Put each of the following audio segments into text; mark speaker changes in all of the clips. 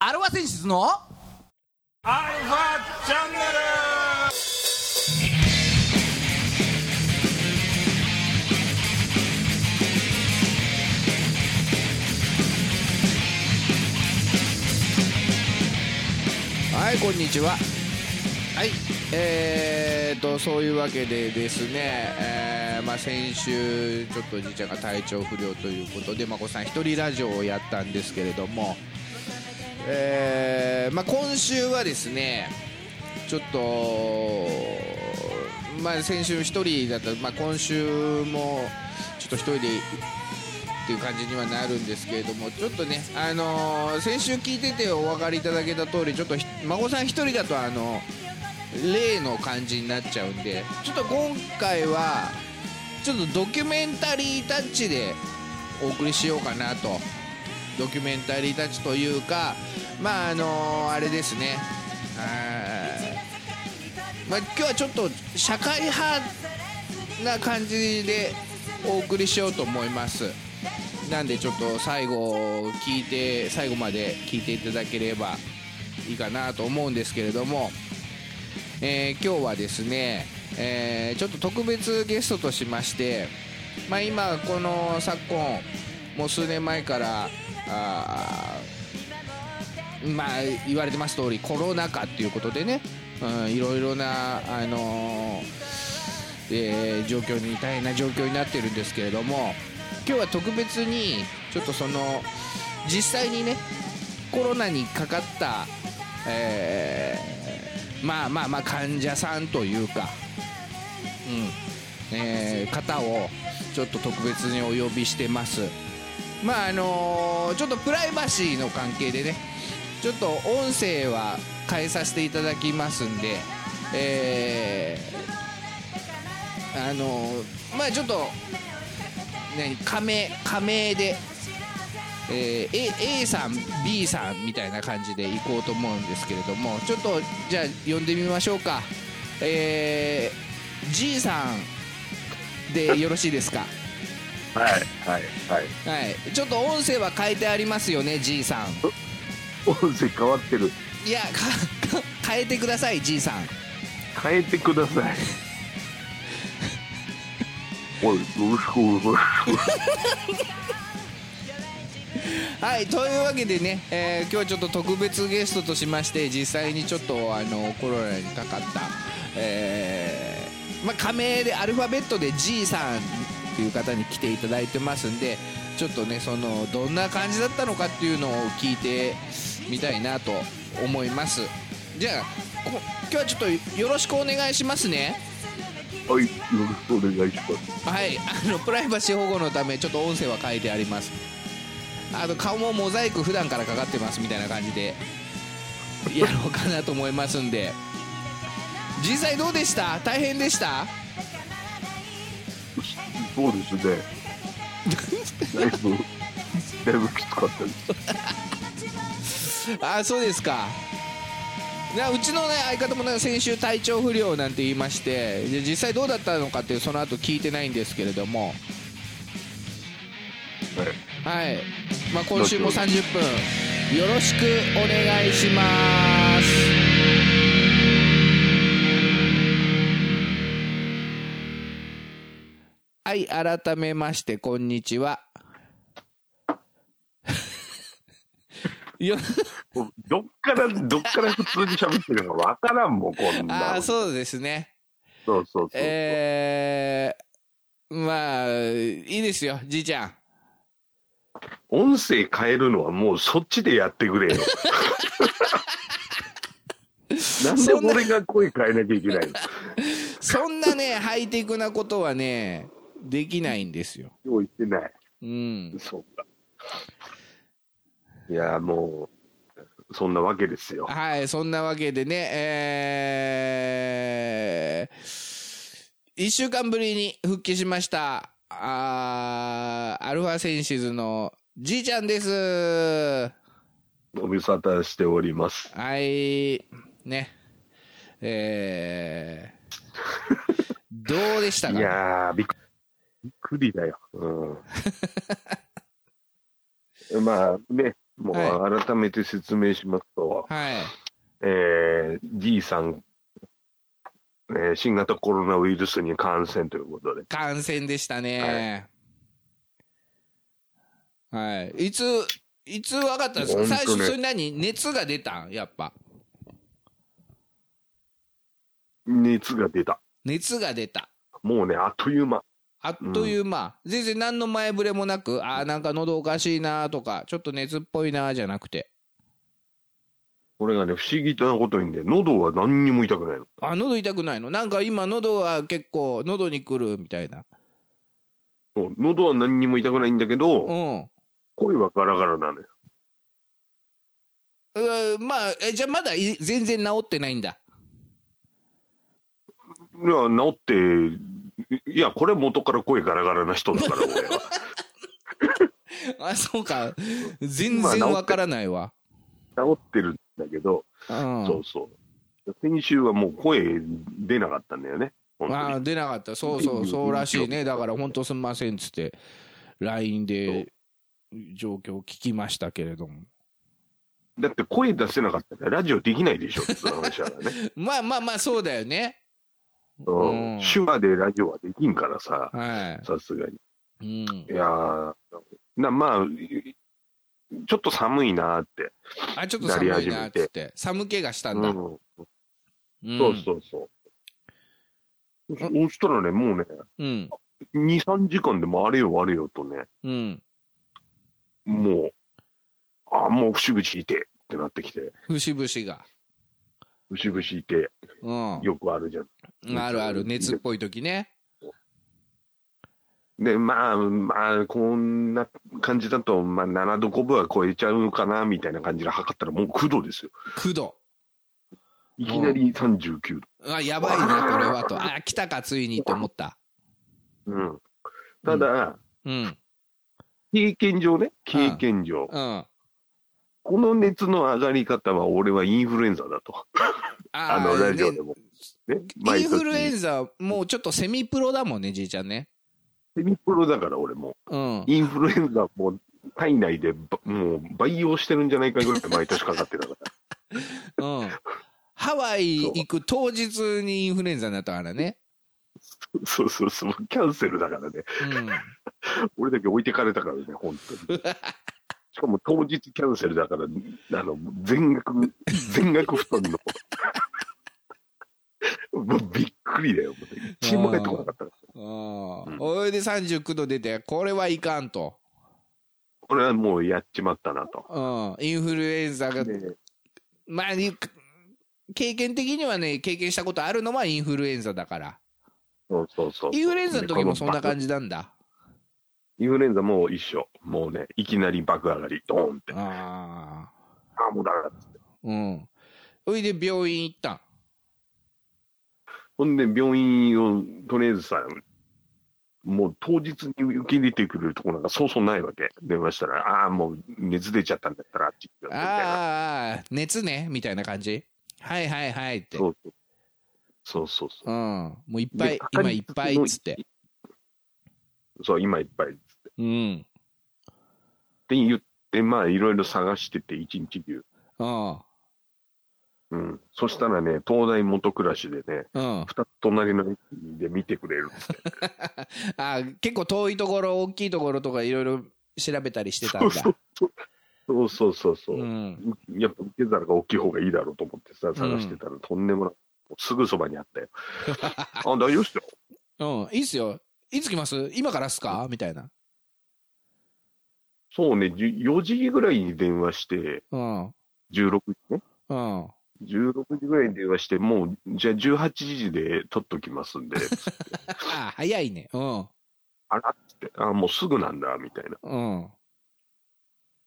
Speaker 1: アルファ選出の
Speaker 2: アルファチャンネル
Speaker 3: はいこんにちははいえー、とそういうわけでですね、えーまあ、先週ちょっとじいちゃんが体調不良ということでまこさん一人ラジオをやったんですけれどもえーまあ、今週はですねちょっとまあ先週一人だった、まあ、今週もちょっと一人でっていう感じにはなるんですけれどもちょっとね、あのー先週聞いててお分かりいただけた通りちょっとひ孫さん1人だとあの例の感じになっちゃうんでちょっと今回はちょっとドキュメンタリータッチでお送りしようかなとドキュメンタリータッチというかまああのーあれですねはいまあ、今日はちょっと社会派な感じでお送りしようと思いますなんでちょっと最後聞いて最後まで聞いていただければいいかなと思うんですけれども、えー今日はですね、えーちょっと特別ゲストとしまして、まあ、今この昨今もう数年前からあーまあ言われてます通りコロナ禍っていうことでね、うん、いろいろなあのーえー状況に大変な状況になってるんですけれども今日は特別にちょっとその実際にねコロナにかかった、えーまあまあまあ患者さんというか、うんえー方をちょっと特別にお呼びしてますまああのーちょっとプライバシーの関係でねちょっと音声は変えさせていただきますんで、えーあのまあちょっと何仮名仮名で、えー A, A さん B さんみたいな感じで行こうと思うんですけれどもちょっとじゃあ呼んでみましょうかえー G さんでよろしいですか
Speaker 2: はいはいはい
Speaker 3: はいちょっと音声は変えてありますよね G さん
Speaker 2: 音声変わってる
Speaker 3: いやかか変えてください G さん
Speaker 2: 変えてくださいおいよろしくお願いします
Speaker 3: はいというわけでね、えー今日はちょっと特別ゲストとしまして実際にちょっとあのコロナにかかった、えーまあ、仮名でアルファベットで G さんっていう方に来ていただいてますんでちょっとねそのどんな感じだったのかっていうのを聞いてみたいなと思いますじゃあこ今日はちょっとよろしくお願いしますね
Speaker 2: はいよろしくお願いします
Speaker 3: はい あのプライバシー保護のためちょっと音声は変えてありますあと顔もモザイク普段からかかってますみたいな感じでやろうかなと思いますんで実際どうでした大変でした
Speaker 2: そうですねだいぶだいぶきつかったです
Speaker 3: あそうですかなうちのね相方もね先週体調不良なんて言いましてで実際どうだったのかってその後聞いてないんですけれども
Speaker 2: はい
Speaker 3: はい、まあ、今週も30分よろしくお願いしますはい改めましてこんにちは よ
Speaker 2: どっからどっから普通に喋ってるのかわからんもんこん
Speaker 3: あ
Speaker 2: な
Speaker 3: あ
Speaker 2: のそう
Speaker 3: そうですね
Speaker 2: そうそう
Speaker 3: えー、まあいいですよじいちゃん
Speaker 2: 音声変えるのはもうそっちでやってくれ よ。なんで俺が声変えなきゃいけないの
Speaker 3: そんなねハイテクなことはねできないんですよ
Speaker 2: 今日言ってない。
Speaker 3: うん
Speaker 2: そうか。いや、もう、そんなわけですよ。
Speaker 3: はい、そんなわけでね、えー、1週間ぶりに復帰しました、あーアルファセンシズのじいちゃんです。
Speaker 2: ご無沙汰しております。
Speaker 3: はい、ね、えー、どうでした
Speaker 2: い
Speaker 3: か
Speaker 2: やー、びっくびっくりだよ。うん。まあね、も
Speaker 3: は
Speaker 2: う改めて説明しますと、
Speaker 3: はい
Speaker 2: えー、G さん、えー新型コロナウイルスに感染ということで、
Speaker 3: 感染でしたねはい、い、ついつ分かったんですか
Speaker 2: 本当ね
Speaker 3: 最初それ何熱が出たんやっぱ
Speaker 2: 熱が出た。
Speaker 3: 熱が出た
Speaker 2: もうね、あっという間。
Speaker 3: あっという間、全然何の前触れもなくあーなんか喉おかしいなとかちょっと熱っぽいなじゃなくて
Speaker 2: これがね、不思議なことにね、喉は何にも痛くないの。
Speaker 3: あ喉痛くないのなんか今喉は結構喉にくるみたいな
Speaker 2: そう喉は何にも痛くないんだけど、
Speaker 3: うん
Speaker 2: 声はガラガラなのよ。
Speaker 3: うーまあえじゃあまだい全然治ってないんだ
Speaker 2: いや、治って、いや、これ元から声ガラガラな人だから、俺は。
Speaker 3: あそうか全
Speaker 2: まあ治
Speaker 3: 然
Speaker 2: ってる
Speaker 3: わからないわ、
Speaker 2: 治ってるんだけど、
Speaker 3: うん、
Speaker 2: そうそう。先週はもう声出なかったんだよね、本当
Speaker 3: あ
Speaker 2: に
Speaker 3: あ。出なかったそうそうそうらしいねだから本当すんませんっつって LINE で状況を聞きましたけれども
Speaker 2: だって声出せなかったらラジオできない でしょって話だからね。
Speaker 3: まあまあまあそうだよね
Speaker 2: うん
Speaker 3: うん
Speaker 2: 手話でラジオはできんからさ、
Speaker 3: は
Speaker 2: さすがに。
Speaker 3: い、うん
Speaker 2: い、やーなまあ、いちょっと寒いなーって。
Speaker 3: あちょっと寒いなっつって寒気がしたんだ、
Speaker 2: うん
Speaker 3: うん
Speaker 2: そうそうそう。そそしたらね、もうね、
Speaker 3: うん
Speaker 2: 2、3時間でもあれよあれよとね、
Speaker 3: うん
Speaker 2: もう、あ、もう節々いてってなってきて、
Speaker 3: 節々が
Speaker 2: 節々いて、
Speaker 3: う
Speaker 2: よくあるじゃん。
Speaker 3: んあるある熱っぽい時ね
Speaker 2: で、まあ、まあ、こんな感じだと、まあ、7度5分は超えちゃうかな、みたいな感じで測ったら、もう9度ですよ。
Speaker 3: 9度
Speaker 2: いきなり39度。
Speaker 3: あやばいなこれはとあ来たかついにと思った
Speaker 2: うん。ただ、
Speaker 3: うん
Speaker 2: 経験上ね、経験上、
Speaker 3: うん
Speaker 2: この熱の上がり方は、俺はインフルエンザだと。あの、ラジオでも。ね、
Speaker 3: インフルエン
Speaker 2: ザ
Speaker 3: ザもうちょっとセミプロだもんねじいちゃんね
Speaker 2: セミプロだから、俺も。
Speaker 3: うん
Speaker 2: インフルエンザもう体内でばもう培養してるんじゃないかぐらい毎年かかってたから。
Speaker 3: うん、ハワイ行く当日にインフルエンザになったからね。
Speaker 2: そうそうそう、キャンセルだからね。俺だけ置いてかれたからね、本当に。しかも当日キャンセルだから、あの全額、全額布団の。もうびっくりだよ、もう一円も返ってこなかったから。
Speaker 3: うん。
Speaker 2: うん
Speaker 3: おいで39度出て、これはいかんと。
Speaker 2: これはもうやっちまったなと。
Speaker 3: うん。インフルエンザが、
Speaker 2: で
Speaker 3: まあ、に経験的にはね、経験したことあるのはインフルエンザだから。
Speaker 2: そうそうそう。
Speaker 3: インフルエンザの時もそんな感
Speaker 2: じ。
Speaker 3: じなんだ。
Speaker 2: インフルエンザもう一緒。もうね、いきなり爆上がり、ドーンって。
Speaker 3: ああ。
Speaker 2: あ、もうだから。
Speaker 3: うん。おいで病院行ったん。
Speaker 2: ほんで、病院をとりあえずさ、もう当日に受け入れてくれるところなんかそうそうないわけ。電話したら、ああー、もう熱出ちゃったんだったらあっち行って
Speaker 3: あ
Speaker 2: みたい
Speaker 3: あ
Speaker 2: な。
Speaker 3: ああ、熱ねみたいな感じ。はいはいはいって。
Speaker 2: そううそうそうそ
Speaker 3: ん。もういっぱい
Speaker 2: でか、か
Speaker 3: 今
Speaker 2: り
Speaker 3: いっ
Speaker 2: つつ
Speaker 3: ぱいっつって。
Speaker 2: う。そう、今いっぱいって
Speaker 3: うん。
Speaker 2: 言って、まあいろいろ探してて、一日中。
Speaker 3: うん。
Speaker 2: うん。そしたらね、東大元暮らしでね、
Speaker 3: うん。
Speaker 2: 二つ隣の駅で見て くれるっつって。
Speaker 3: あ結構遠いところ大きいところとかいろいろ調べたりしてた
Speaker 2: そ
Speaker 3: ん
Speaker 2: う
Speaker 3: だ
Speaker 2: そうそう。そうそうそうそうう。
Speaker 3: ん
Speaker 2: やっぱ受け皿が大きい方がいいだろうと思ってさ、探してたらとんでもない。すぐそばにあっ たよ。あ、大丈夫っすよ。
Speaker 3: うんいいっすよいつ来ます今からっすかみたいな
Speaker 2: そうね、じゅ4時ぐらいに電話して、
Speaker 3: うん
Speaker 2: 16時ね。
Speaker 3: うん
Speaker 2: 16時ぐらいに電話して、もう、じゃあ18時で取っときますんで、
Speaker 3: あ早いねうん
Speaker 2: あらっつって、 あ、もうすぐなんだ、みたいな。
Speaker 3: うん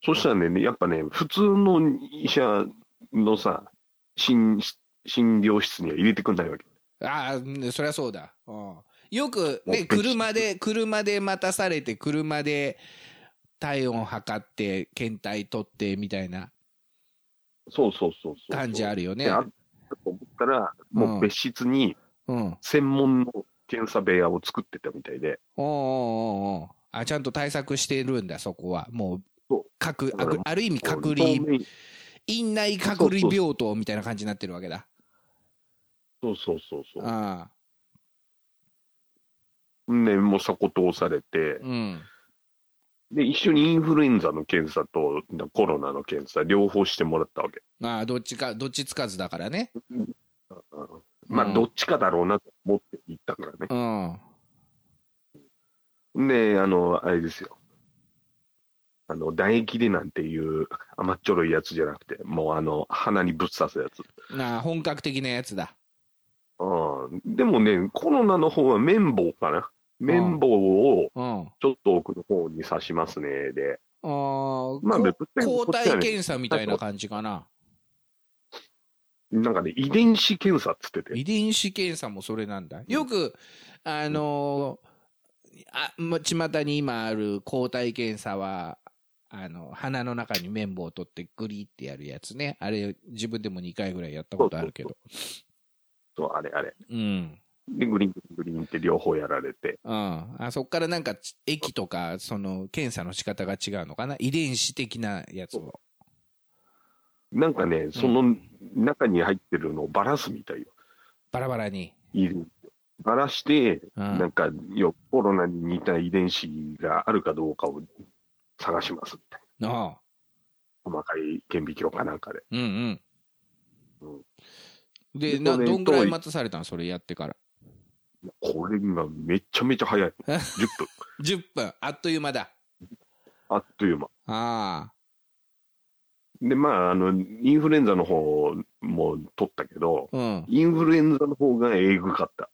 Speaker 2: そしたらね、やっぱね、普通の医者のさ、診診療室には入れてくんないわけ。
Speaker 3: あねそりゃそうだ、うん、よく
Speaker 2: も
Speaker 3: ね
Speaker 2: う別に
Speaker 3: 車で車で待たされて車で体温測って検体取ってみたいな
Speaker 2: そうそうそうそう。
Speaker 3: 感じあるよね
Speaker 2: であったと思ったら、もう別室に
Speaker 3: うん
Speaker 2: 専門の検査部屋を作ってたみたいで、
Speaker 3: おうおうおうおうあちゃんと対策してるんだそこはもう
Speaker 2: そう
Speaker 3: 隔
Speaker 2: だ
Speaker 3: あ
Speaker 2: から
Speaker 3: ある意味隔
Speaker 2: 透
Speaker 3: 離
Speaker 2: 明
Speaker 3: 院内隔離病棟みたいな感じになってるわけだ
Speaker 2: そうそうそうそ
Speaker 3: ああ
Speaker 2: う。ね、もうそこ通されて、
Speaker 3: うん
Speaker 2: で、一緒にインフルエンザの検査とコロナの検査、両方してもらったわけ。
Speaker 3: ああどっちかどっちつかずだからね
Speaker 2: うんま
Speaker 3: う
Speaker 2: あ、
Speaker 3: ん
Speaker 2: どっちかだろうなと思って行ったからね。
Speaker 3: うん
Speaker 2: ねあの、あれですよ。あの、唾液でなんていう甘っちょろいやつじゃなくて、もうあの、鼻にぶっ刺すやつ。
Speaker 3: ああ本格的なやつだ
Speaker 2: うん。でもね、コロナの方は綿棒かな。綿棒を
Speaker 3: うんあ
Speaker 2: ちょっと奥の方に刺しますね。で、
Speaker 3: あこ
Speaker 2: まあ別に
Speaker 3: 抗
Speaker 2: こっちは
Speaker 3: 体
Speaker 2: ね、
Speaker 3: 検査みたいな感じかな
Speaker 2: なんかね、遺伝子検査っつってて。
Speaker 3: 遺伝子検査もそれなんだよくあのーあま巷に今ある抗体検査はあの鼻の中に綿棒を取ってグリってやるやつねあれ自分でも2回ぐらいやったことあるけど
Speaker 2: そう、あれあれ。
Speaker 3: うん
Speaker 2: で、グリングリングリンって両方やられて。
Speaker 3: うん、あそこからなんかち液とかその検査の仕方が違うのかな遺伝子的なやつを
Speaker 2: なんかね、その中に入ってるのをばらすみたいよ。
Speaker 3: バラバラに、
Speaker 2: 遺伝子ばらして、
Speaker 3: う
Speaker 2: なん
Speaker 3: ん、
Speaker 2: かよコロナに似た遺伝子があるかどうかを探しますみたい
Speaker 3: ああ
Speaker 2: な、細かい顕微鏡かなんかで。
Speaker 3: うんう
Speaker 2: うん
Speaker 3: んで
Speaker 2: で
Speaker 3: な
Speaker 2: それ
Speaker 3: どんぐらい待たされたのそれやってから
Speaker 2: これ今、めちゃめちゃ早 い、10分、
Speaker 3: 10分あっという間だ
Speaker 2: あっという間。
Speaker 3: あ
Speaker 2: で、まあ、あのインフルエンザの方も取ったけど、
Speaker 3: あ、うん。
Speaker 2: インフルエンザの方がえぐかった。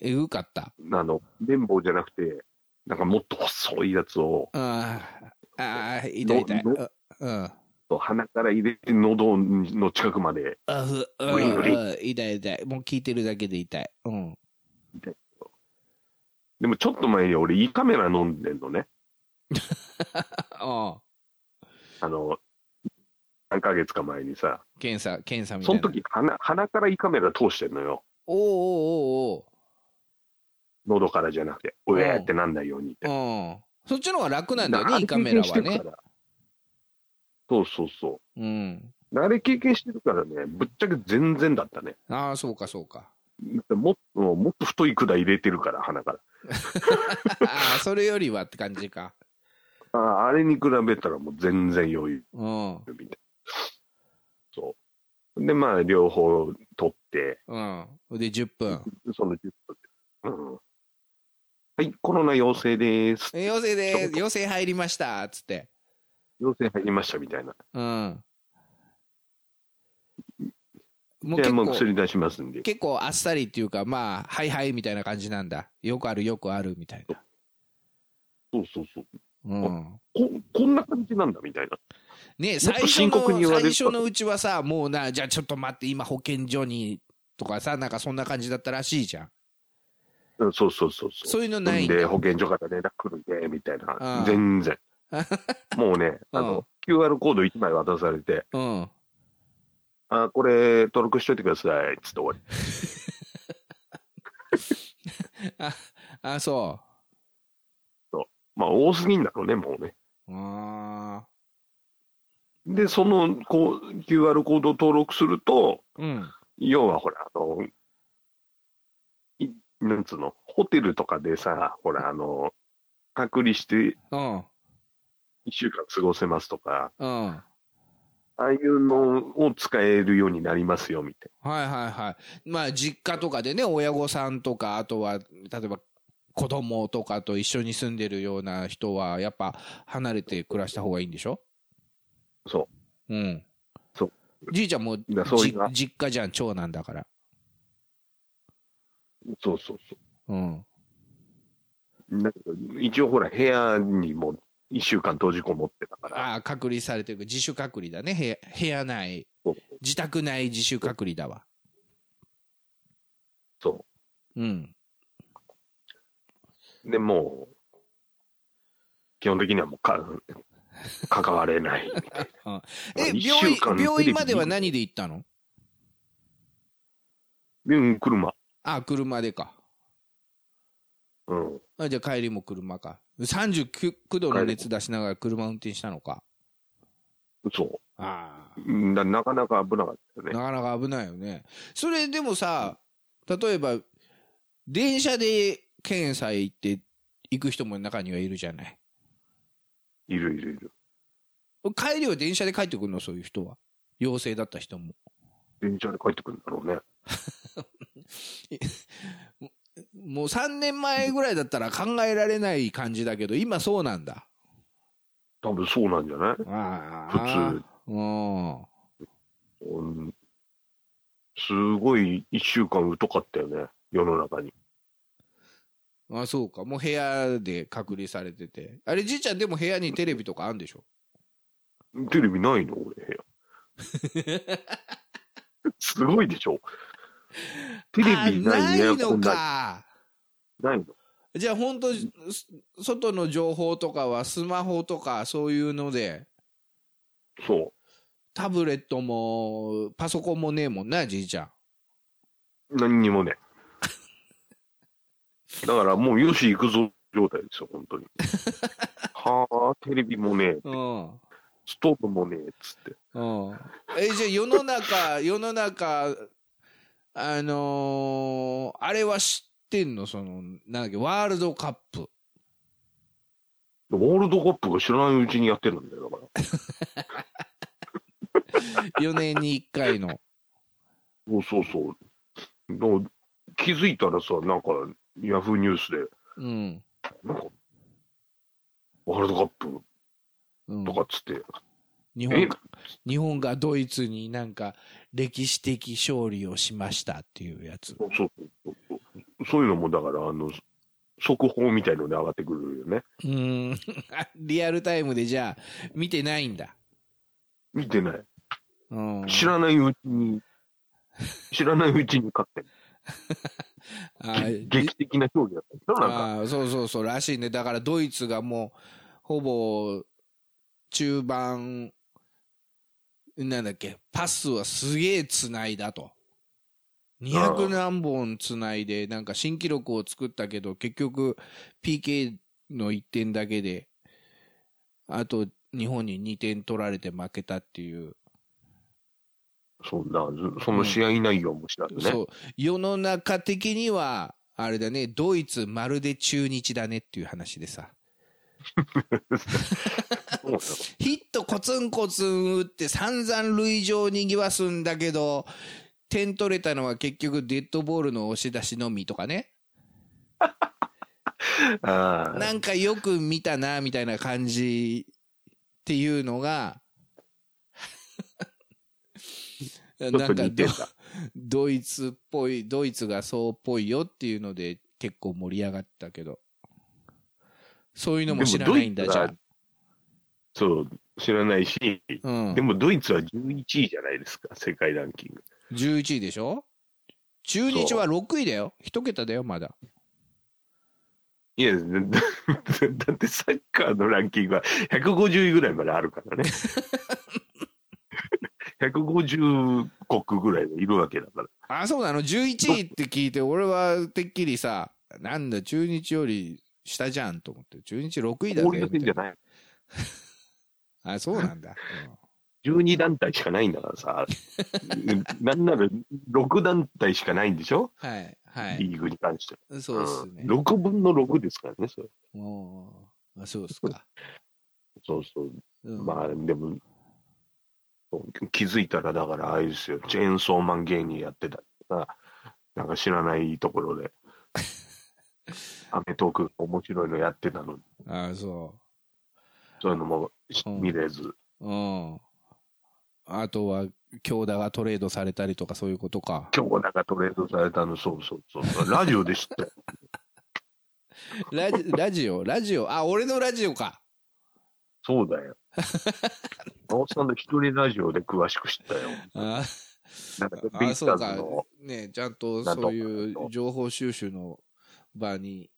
Speaker 3: えぐかった。
Speaker 2: あの綿棒じゃなくて、なんかもっと細いやつを
Speaker 3: ああ、ああ、痛い痛い。
Speaker 2: の
Speaker 3: ううん。あ
Speaker 2: 鼻から入れて、喉の近くまで
Speaker 3: ふ、うん
Speaker 2: ブリブリ
Speaker 3: うん痛い痛い。もう聞いてるだけで痛い。うん。
Speaker 2: でもちょっと前に俺、胃カメラ飲んでんのね。
Speaker 3: ああ、
Speaker 2: あの、何ヶ月か前にさ、
Speaker 3: 検査、検査みた
Speaker 2: そ
Speaker 3: い
Speaker 2: の
Speaker 3: な。
Speaker 2: 時鼻、鼻から胃カメラ通してんのよ。
Speaker 3: おおう
Speaker 2: 喉からじゃなくて、
Speaker 3: ん
Speaker 2: うえーってなんないようにって
Speaker 3: おうおう。おう。うん。そっちの方が楽なんだよ
Speaker 2: あ
Speaker 3: ね、
Speaker 2: れ
Speaker 3: 胃カメラ
Speaker 2: 経
Speaker 3: は
Speaker 2: 験して
Speaker 3: ね
Speaker 2: る。から。そうそうそ
Speaker 3: うん。
Speaker 2: う。あれ経験してるからね、ぶっちゃけ全然だったね。
Speaker 3: ああ、そうかそうか。
Speaker 2: もっと、もっと太い管入れてるから、鼻から。
Speaker 3: ああ、それよりはって感じか。
Speaker 2: あーあれに比べたらもう全然余裕
Speaker 3: うん。うん。
Speaker 2: みたいな。そう。で、まあ、両方取って、
Speaker 3: で、10分。
Speaker 2: その10分で。うん。はい、コロナ陽性です。
Speaker 3: え陽性で
Speaker 2: そう
Speaker 3: す。
Speaker 2: か
Speaker 3: 陽性入りました。つって。
Speaker 2: 陽性入りましたみたいな。
Speaker 3: うん。もう
Speaker 2: じ
Speaker 3: 結
Speaker 2: ゃあもう
Speaker 3: 構
Speaker 2: 薬出しますんで。
Speaker 3: 結構あっさりっていうかまあはいはいみたいな感じなんだよくあるよくあるみたいな
Speaker 2: そうそうそう。
Speaker 3: うん
Speaker 2: ここんな感じなんだみたいな。
Speaker 3: ね
Speaker 2: もっ
Speaker 3: 最
Speaker 2: と
Speaker 3: 初
Speaker 2: 深刻
Speaker 3: の
Speaker 2: に言われ
Speaker 3: 最
Speaker 2: る
Speaker 3: 初のうちはさもうなじゃあちょっと待って今保健所にとかさなんかそんな感じだったらしいじゃん
Speaker 2: うん、そうそうそうそう。
Speaker 3: そういうのないんだ
Speaker 2: で、保健所から連絡来るね、みたい
Speaker 3: あ
Speaker 2: な
Speaker 3: あ。
Speaker 2: 全 然。もうね、あの、QR コード1枚渡されて、
Speaker 3: うん
Speaker 2: あ、これ登録しといてください、つって終わり。
Speaker 3: あそ
Speaker 2: まあ、多すぎんだろうね、もうね。
Speaker 3: うあ
Speaker 2: で、その、こう、QR コードを登録すると、
Speaker 3: ーうん
Speaker 2: 要はほら、あの、いなんつうの、ホテルとかでさ、ほら、あの、隔離して
Speaker 3: うん
Speaker 2: 1週間過ごせますとか、
Speaker 3: うんはい
Speaker 2: ああいうのを使えるようになりますよ、みたい
Speaker 3: はいはいまあ実家とかでね親御さんとかあとは例えば子供とかと一緒に住んでるような人はやっぱ離れて暮らした方がいいんでしょ
Speaker 2: な。そ
Speaker 3: うん。
Speaker 2: そう
Speaker 3: じいちゃんも
Speaker 2: だからそういう
Speaker 3: じ
Speaker 2: のは
Speaker 3: 実家じゃん、長男だから。
Speaker 2: う。そうそうそ
Speaker 3: うん。
Speaker 2: う。だけど、一応ほら、部屋にも1週間閉じこもってたから、
Speaker 3: ああ、隔離されてる。自主隔離だね。部屋部屋内
Speaker 2: そう。
Speaker 3: 自宅内自主隔離だわ。
Speaker 2: そ
Speaker 3: うん。
Speaker 2: う。でもう、基本的にはもうか、関わ れない。まあ
Speaker 3: え、
Speaker 2: 一
Speaker 3: 病院
Speaker 2: 週間、
Speaker 3: 病院までは
Speaker 2: テレビ見
Speaker 3: 何で行ったの
Speaker 2: うん、車。
Speaker 3: ああ、車でか。
Speaker 2: うん。
Speaker 3: あじゃあ帰りも車か。39度の熱出しながら車運転したのか。
Speaker 2: そ
Speaker 3: ああ。
Speaker 2: う。ななかなか危なかったよね
Speaker 3: な。かなか危ないよね。それでもさ、例えば、電車で検査行って行く人も中にはいるじゃない。
Speaker 2: いるいるいる。
Speaker 3: 帰りは電車で帰ってくるの、そういう人は。陽性だった人も。
Speaker 2: 電車で帰ってくるんだろうね。
Speaker 3: もう3年前ぐらいだったら考えられない感じだけど、今そうなんだ。
Speaker 2: 多分そうなんじゃない
Speaker 3: あ
Speaker 2: 普通。
Speaker 3: うん。
Speaker 2: うんすごい一週間疎かったよね、世の中に。
Speaker 3: あ、そうか。もう部屋で隔離されてて。あれ、じいちゃんでも部屋にテレビとかあんでしょ
Speaker 2: テレビないの俺、 部屋。すごいでしょテレビないね、
Speaker 3: あない
Speaker 2: こ
Speaker 3: の
Speaker 2: んな。
Speaker 3: か。
Speaker 2: ないの。
Speaker 3: じゃあ本当、す外の情報とかはスマホとかそういうので、
Speaker 2: そ
Speaker 3: タブレットもパソコンもねえもんな、じいちゃん。
Speaker 2: う。何にもね。だからもうよし行くぞ状態ですよ、本当に。はあ、テレビもねえ、
Speaker 3: うん。
Speaker 2: ストーブもねえ、つって。
Speaker 3: うん、えじゃあ世の中世の中あのーあれは知ってんのそのなんだっけワールドカップ
Speaker 2: ワールドカップが知らないうちにやってるんだよ、だから。
Speaker 3: 4年に1回の
Speaker 2: そうそうそう。だから気づいたらさ、なんか、ヤフーニュースで、
Speaker 3: うん、
Speaker 2: なんか、ワールドカップ
Speaker 3: うん
Speaker 2: と、かっつって、
Speaker 3: 日
Speaker 2: え
Speaker 3: 本日本がドイツになんか歴史的勝利をしましたっていうやつ
Speaker 2: そうそうそうそう。そういうのも、だから、あの、速報みたいので上がってくるよね。
Speaker 3: うん リアルタイムでじゃあ見てないんだ、
Speaker 2: 見てない。
Speaker 3: うん、
Speaker 2: 知らないうちに、知らないうちに 勝って
Speaker 3: あ
Speaker 2: る、劇的な勝利だったんだよなんか、
Speaker 3: ああそうそうそうらしいねだからドイツがもうほぼ中盤なんだっけパスはすげえつないだと200何本つないでなんか新記録を作ったけど結局 PK の1点だけであと日本に2点取られて負けたっていう
Speaker 2: そんな、ずその試合内容も知らずね。
Speaker 3: そう世の中的にはあれだねドイツまるで中日だねっていう話でさ
Speaker 2: そうだ
Speaker 3: ヒットコツンコツン打って散々塁上にぎわすんだけど、点取れたのは結局デッドボールの押し出しのみとかね。
Speaker 2: ああ、
Speaker 3: なんかよく見たな、みたいな感じっていうの が、
Speaker 2: ち
Speaker 3: な
Speaker 2: ょっ
Speaker 3: ん
Speaker 2: と
Speaker 3: か
Speaker 2: 似て
Speaker 3: ド
Speaker 2: んだ。
Speaker 3: ドイツっぽい、ドイツがそうっぽいよっていうので結構盛り上がったけど。そういうのも知らないんだ
Speaker 2: でも
Speaker 3: じ
Speaker 2: ド
Speaker 3: ゃ
Speaker 2: イツそう、知らないし、
Speaker 3: あ。うん
Speaker 2: で。もドイツは11位じゃないですか、世界ランキング。
Speaker 3: 11位でしょ中日は6位だよ。一桁だよ、まだ。
Speaker 2: いや、だ だだってサッカーのランキングは150位ぐらいまである からね。150国ぐらいいるわけだから。
Speaker 3: あ、そうなの ?11 位って聞いて、俺はてっきりさ、なんだ、中日より下じゃんと思って、中日6位だ
Speaker 2: 氷の
Speaker 3: ぜみ
Speaker 2: 点
Speaker 3: た
Speaker 2: じゃ
Speaker 3: いな。
Speaker 2: ない。
Speaker 3: あ、そうなん だ。
Speaker 2: 12団体しかないんだか らさ。なんなら6団体しかないんでしょ、
Speaker 3: うんはい、はい。
Speaker 2: リーグに関しては。
Speaker 3: そうですね。
Speaker 2: ん6分の6ですからね。それ
Speaker 3: もうあそうですか。
Speaker 2: そうそう。
Speaker 3: うん
Speaker 2: まあ、でも、そう気づいたら、だから、あれですよ、チェーンソーマン芸人やってたりさ、なんか知らないとこ ろで、アメトーーク面白いのやってたのに、
Speaker 3: あ、そ
Speaker 2: そういうのもし
Speaker 3: うん
Speaker 2: 見れず、
Speaker 3: う。うん。あとは、京田がトレードされたりとかそういうこと か。
Speaker 2: 今日なんかトレードされたの、そうそうそうそう、ラジオで知ったよ。
Speaker 3: ラジラジオ、ラジオ。あ、俺のラジオか。
Speaker 2: そう だよ。青木さんの一人ラジオで詳しく知ったよ。
Speaker 3: あ
Speaker 2: なんか
Speaker 3: あ
Speaker 2: ビ
Speaker 3: あ
Speaker 2: ース
Speaker 3: そう
Speaker 2: ター
Speaker 3: か
Speaker 2: ズの、
Speaker 3: ねちゃんと
Speaker 2: なんとか
Speaker 3: そういう情報収集の場に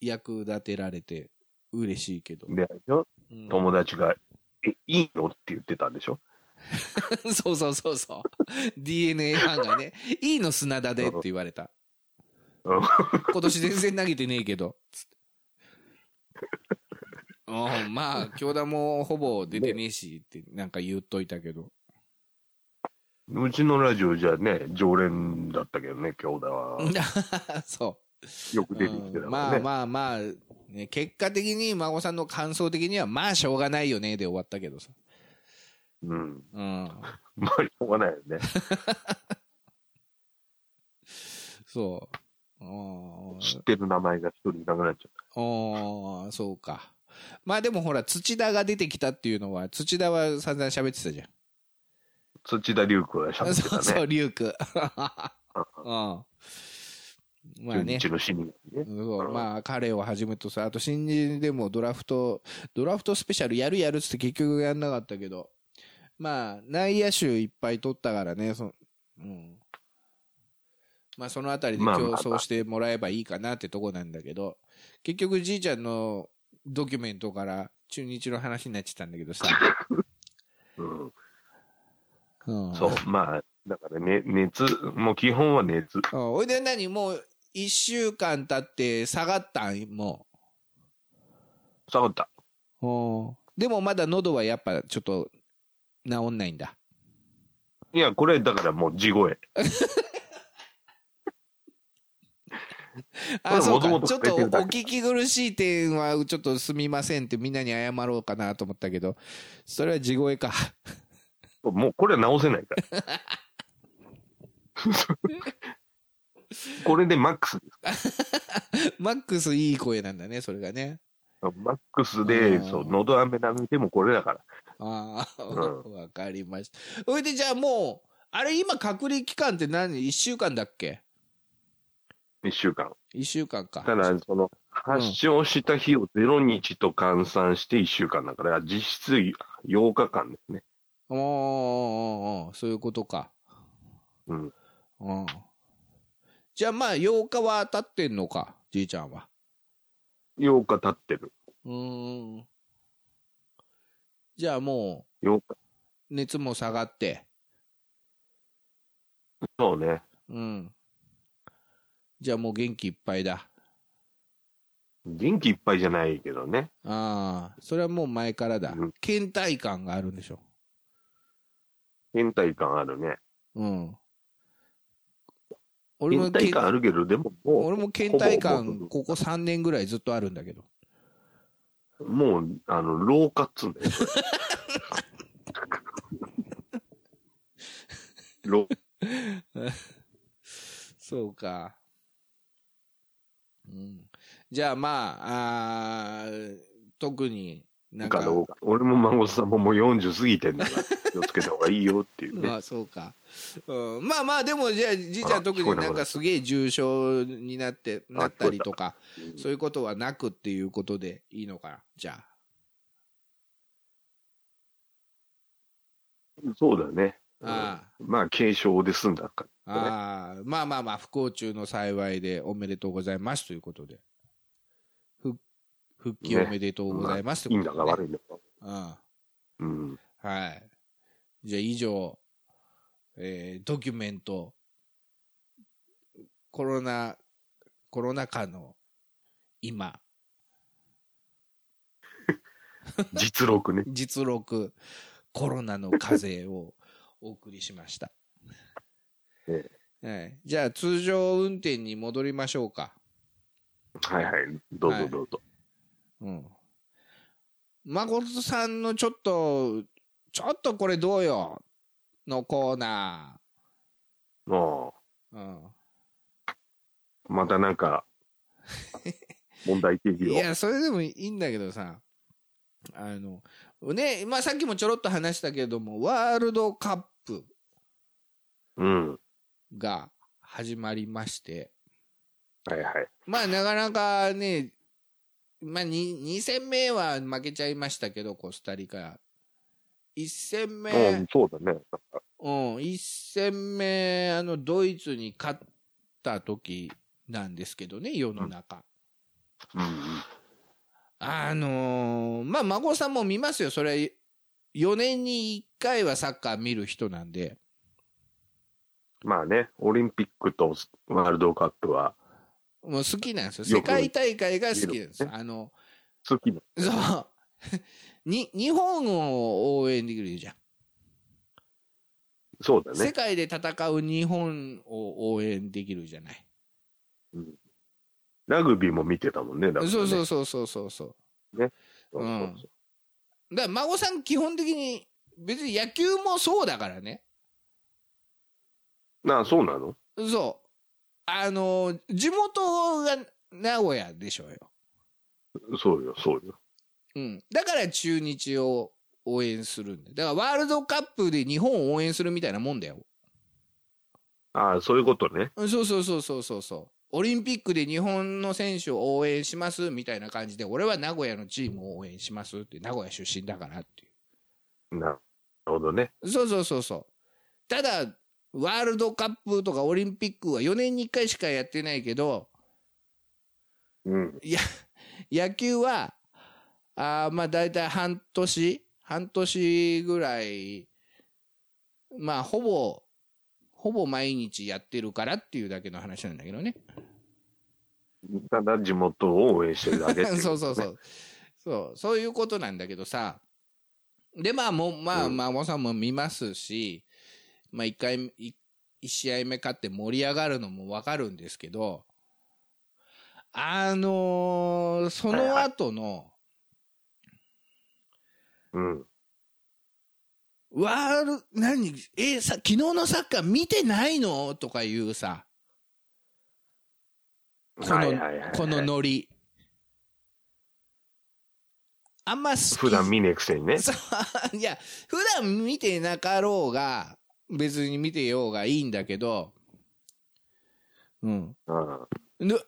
Speaker 3: 役立てられて嬉しいけど、
Speaker 2: であれでしょ
Speaker 3: うん
Speaker 2: 友達が、え、いいのって言ってたんでしょ
Speaker 3: そうそうそうそう DNA ファンがね「いいの砂田で」って言われた今年全然投げてねえけど。つ ってうん、まあ、京田もほぼ出てねえしってなんか言っといたけど。
Speaker 2: うちのラジオじゃね、常連だったけどね、京田は。
Speaker 3: そ
Speaker 2: よく
Speaker 3: う、
Speaker 2: 出てきてたからね。
Speaker 3: うんまあまあまあ、ね、結果的に孫さんの感想的には、まあしょうがないよねで終わったけどさ。
Speaker 2: うん。
Speaker 3: うん。
Speaker 2: まあ、しょうがないよね。
Speaker 3: そう。うん
Speaker 2: 知ってる名前が一人いなくなっちゃっ
Speaker 3: ああ、そうか。まあでもほら、土田が出てきたっていうのは、土田は散々喋ってたじゃん。
Speaker 2: た。土田龍子が喋って た
Speaker 3: そ
Speaker 2: ね。
Speaker 3: うそう、リュウク。うん。まあね
Speaker 2: う。ちの市民にね。
Speaker 3: そうまあ、彼をはじめとさ、あと新人でもドラフト、ドラフトスペシャルやるやるっつって結局やんなかったけど、まあ、内野手いっぱい取ったからね、そ,、うん、まあ、そのあたりで
Speaker 2: まあ
Speaker 3: 競
Speaker 2: まあまあ
Speaker 3: 争してもらえばいいかなってとこなんだけど、結局じいちゃんのドキュメントから中日の話になっちゃったんだけ どさ、
Speaker 2: うん。
Speaker 3: うん、
Speaker 2: そう。まあ、だからね、熱、もう基本は熱。
Speaker 3: うん。おいで何もう1週間経って下がったんも
Speaker 2: 下がった。
Speaker 3: う。うんでもまだ喉はやっぱちょっと治んないんだ。
Speaker 2: いや、これ、だからもう地声。こ
Speaker 3: あ、
Speaker 2: れ
Speaker 3: そうか。
Speaker 2: 元々
Speaker 3: ちょっとお
Speaker 2: 触れてるだけ
Speaker 3: 聞き苦しい点は、ちょっとすみませんってみんなに謝ろうかなと思ったけど、それは地声か。
Speaker 2: もうこれは直せないから。これでマックスです。
Speaker 3: マックスいい声なんだね、それがね。
Speaker 2: マックス
Speaker 3: う
Speaker 2: で、
Speaker 3: ん
Speaker 2: そう、喉飴舐めてもこれだから。
Speaker 3: ああ、
Speaker 2: う
Speaker 3: わかりました。それでじゃあもう、あれ今隔離期間って何 ?1 週間だっけ
Speaker 2: 一週間。
Speaker 3: ?1 週間か。
Speaker 2: ただ、その、発症した日を0日と換算して1週間だから、実質8日間ですね。
Speaker 3: おーおーおーおーそういうことか。
Speaker 2: うん。
Speaker 3: うん。じゃあまあ8日は経ってんのか、じいちゃんは。
Speaker 2: 8日経ってる。
Speaker 3: うーん。じゃあも
Speaker 2: 8日。
Speaker 3: う、熱も下がって。
Speaker 2: そうね。
Speaker 3: うん。じゃあもう元気いっぱいだ。
Speaker 2: 元気いっぱいじゃないけどね。
Speaker 3: ああ、それはもう前からだ
Speaker 2: うん。
Speaker 3: 倦怠感があるんでしょ。
Speaker 2: 倦怠感あるね。
Speaker 3: うん。俺も
Speaker 2: 倦
Speaker 3: けん
Speaker 2: 怠感あるけど、でもも
Speaker 3: 俺も倦怠
Speaker 2: ほぼ
Speaker 3: 感、
Speaker 2: ほぼ
Speaker 3: ここ3年ぐらいずっとあるんだけど。
Speaker 2: う、もう、あの、老化っつうんだよ。老
Speaker 3: そうか。うん。じゃあまあ、あー特になん
Speaker 2: 化
Speaker 3: か、
Speaker 2: 老化。俺も孫さんももう40過ぎてんだから、気をつけた方がいいよっていうね。
Speaker 3: まあそうか、うん、まあまあでもじゃあじいちゃ
Speaker 2: あ
Speaker 3: ん特
Speaker 2: 聞こ
Speaker 3: にな
Speaker 2: えなくなった
Speaker 3: んかすげえ重症になってなったりとか
Speaker 2: えた
Speaker 3: そういうことはなくっていうことでいいのかなじゃあ
Speaker 2: そうだね。
Speaker 3: あ
Speaker 2: まあ、軽症で済んだか
Speaker 3: あああまあまあまあ不幸中の幸いでおめでとうございますということで復復帰
Speaker 2: ね
Speaker 3: おめでとうございます
Speaker 2: ら、いいんだか
Speaker 3: ね
Speaker 2: 悪いんだか。
Speaker 3: うん
Speaker 2: うん。
Speaker 3: はい。じゃあ以上、えードキュメント、コロナ、コロナ禍の今、
Speaker 2: 実録ね。
Speaker 3: 実録、コロナの風をお送りしました。
Speaker 2: え
Speaker 3: はい、じゃあ通常運転に戻りましょうか。
Speaker 2: はいはい。どう
Speaker 3: はい
Speaker 2: ぞどうぞ。
Speaker 3: うん。誠さんのちょっと、ちょっとこれどうよのコーナ
Speaker 2: も
Speaker 3: ー。うん。
Speaker 2: う、またな んか、問題提起
Speaker 3: い
Speaker 2: を。
Speaker 3: や、それでもいいんだけどさ、あの、ね、まあさっきもちょろっと話したけども、ワールドカップ
Speaker 2: うん。
Speaker 3: が始まりまして、
Speaker 2: はいはい。
Speaker 3: まあなかなかね、まあ 2, 2戦目は負けちゃいましたけど、コスタリカ。1戦
Speaker 2: う
Speaker 3: 目
Speaker 2: ん、、そうだね。
Speaker 3: うん、一戦目、あの、ドイツに勝った時なんですけどね、世の中。
Speaker 2: うん
Speaker 3: あのーまあ、孫さんも見ますよ。それは、4年に1回はサッカー見る人なんで。
Speaker 2: まあね、オリンピックとワールドカップは
Speaker 3: もう好きなんですよ。
Speaker 2: よ
Speaker 3: 世
Speaker 2: く
Speaker 3: 界大会が好きなんですよ。
Speaker 2: 見
Speaker 3: あの、
Speaker 2: 好きな。
Speaker 3: そう。 に、日本を応援できるじゃん。
Speaker 2: そうだ
Speaker 3: 世
Speaker 2: ね。
Speaker 3: 界で戦う日本を応援できるじゃない。
Speaker 2: ラグビーも見てたもんね。だからね
Speaker 3: そうそうそうそうそうそう。
Speaker 2: そうそうそう
Speaker 3: だから孫さん基本的に別に野球もそうだからね。
Speaker 2: なあ、そうなの
Speaker 3: そう。あの、地元が名古屋でしょうよ。
Speaker 2: そうよ、そうよ。
Speaker 3: うん。だから中日を応援するんだよ。だからワールドカップで日本を応援するみたいなもんだよ。
Speaker 2: ああ、そういうことね。
Speaker 3: うんそうそうそうそうそうそう。オリンピックで日本の選手を応援しますみたいな感じで、俺は名古屋のチームを応援しますって、名古屋出身だからってい
Speaker 2: なるほどね。
Speaker 3: う。そうそうそうそう。ただ、ワールドカップとかオリンピックは4年に1回しかやってないけど、
Speaker 2: うん。
Speaker 3: 野球は、あーまあ大体半年、半年ぐらい、まあほぼ、ほぼ毎日やってるからっていうだけの話なんだけどね。
Speaker 2: ただ地元を応援してるだけってい
Speaker 3: そうそうそ
Speaker 2: ね。
Speaker 3: う。そう、そういうことなんだけどさ。で、まあ、もう、まあ、
Speaker 2: うん
Speaker 3: 孫さんも見ますし、まあ、一回、い一試合目勝って盛り上がるのもわかるんですけど、あのーその後の、
Speaker 2: うん。
Speaker 3: ワール、何、え、さ、昨日のサッカー見てないのとかいうさ、この、
Speaker 2: はいはいはいはい
Speaker 3: このノリ。あんま好き
Speaker 2: 普段見ねえくせにね。
Speaker 3: そう いや、普段見てなかろうが、別に見てようがいいんだけど、うん。
Speaker 2: うん。
Speaker 3: ぬ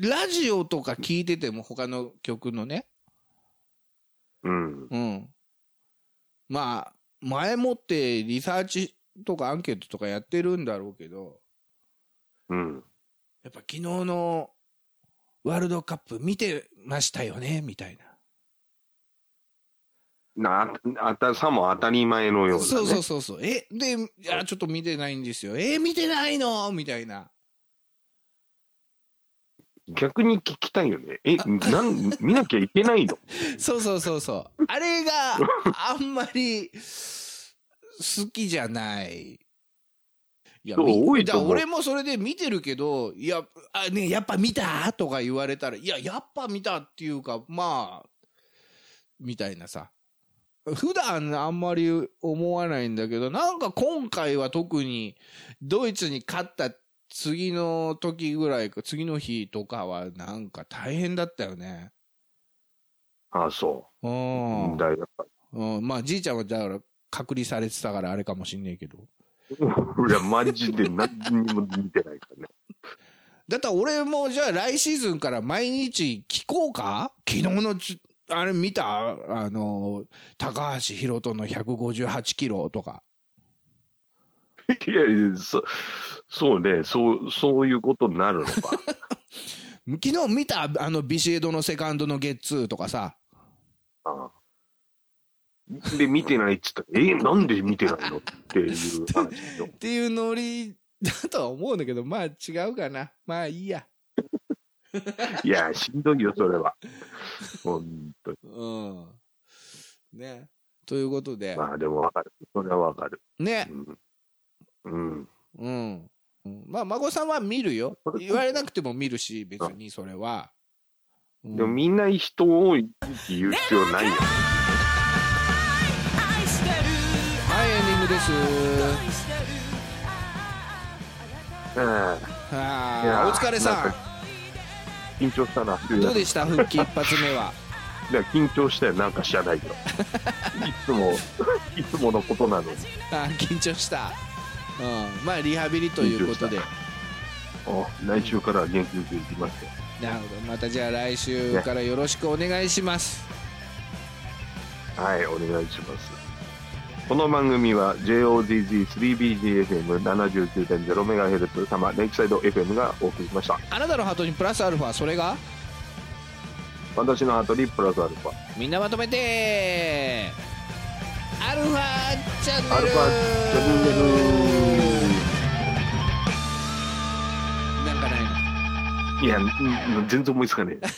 Speaker 3: ラジオとか聞いてても、他の曲のね、
Speaker 2: うん。
Speaker 3: うん。まあ、前もってリサーチとかアンケートとかやってるんだろうけど、
Speaker 2: うん。
Speaker 3: やっぱ昨日のワールドカップ見てましたよね、みたいな。
Speaker 2: なあ、あた、さも当たり前のような、ね。
Speaker 3: そうそうそうそう。え、で、いや、ちょっと見てないんですよ。え、見てないのみたいな。
Speaker 2: 逆に聞きたいよね。え、なん、見なきゃいけな いの
Speaker 3: そうそうそうそう。あれがあんまり好きじゃない。いや、
Speaker 2: そう
Speaker 3: み
Speaker 2: 多いと思う
Speaker 3: だ俺もそれで見てるけど、いや、あね、やっぱ見たとか言われたら、いや、やっぱ見たっていうか、まあ、みたいなさ。普段あんまり思わないんだけど、なんか今回は特にドイツに勝った次の時ぐらいか、次の日とかはなんか大変だったよね。
Speaker 2: ああ、そう
Speaker 3: ん。
Speaker 2: う。問 題だか
Speaker 3: うん、まあじいちゃんはだから隔離されてたからあれかもしんねえけど。
Speaker 2: ら。いや、マジで何にも見てないからね。
Speaker 3: だったら俺もじゃあ来シーズンから毎日聞こうか昨日のちあれ見たあの、高橋宏斗の158キロとか。
Speaker 2: いやいや、そそうね、そう、そういうことになるのか。
Speaker 3: 昨日見たあのビシエドのセカンドのゲッツーとかさ。
Speaker 2: ああで、見てないっつったら、え、なんで見てないのって いう話よ。
Speaker 3: っていうノリだとは思うんだけど、まあ違うかな。まあいいや。
Speaker 2: いや、しんどいよ、それは。本当に。
Speaker 3: うん。ね。ということで、
Speaker 2: まあ、でもわかる。それはわかる。
Speaker 3: ね。
Speaker 2: うん。うん。
Speaker 3: うん。うんまあ、孫さんは見るよ
Speaker 2: こ。れ
Speaker 3: 言われなくても見るし、別にそれは。うん
Speaker 2: でも、みんな人多いって言う必要ないよ。
Speaker 3: はい、エンディングです。
Speaker 2: うん。いや
Speaker 3: あー
Speaker 2: ー
Speaker 3: お疲れさ
Speaker 2: なんか緊張したな。
Speaker 3: ん。どうでした復帰一発目は。
Speaker 2: いや緊張したよ、なんか知らないけど。いつも、 いつものことなのに。
Speaker 3: あー緊張した。うん。まあ、リハビリということで。
Speaker 2: あ来週から元気よく行きますよ。
Speaker 3: なるほど。またじゃあ来週からよろしくお願いします。
Speaker 2: はい、お願いします。この番組は JOZZ3BGFM79.0MHz 様レイクサイド FM がお送りしました。
Speaker 3: あなたのハートにプラスアルファ、それが
Speaker 2: 私のハートにプラスアルファ。
Speaker 3: みんなまとめてアルファチャンネル
Speaker 2: アルファチャンネル
Speaker 3: なんかないの
Speaker 2: いいや、うん全然思いつかねえ。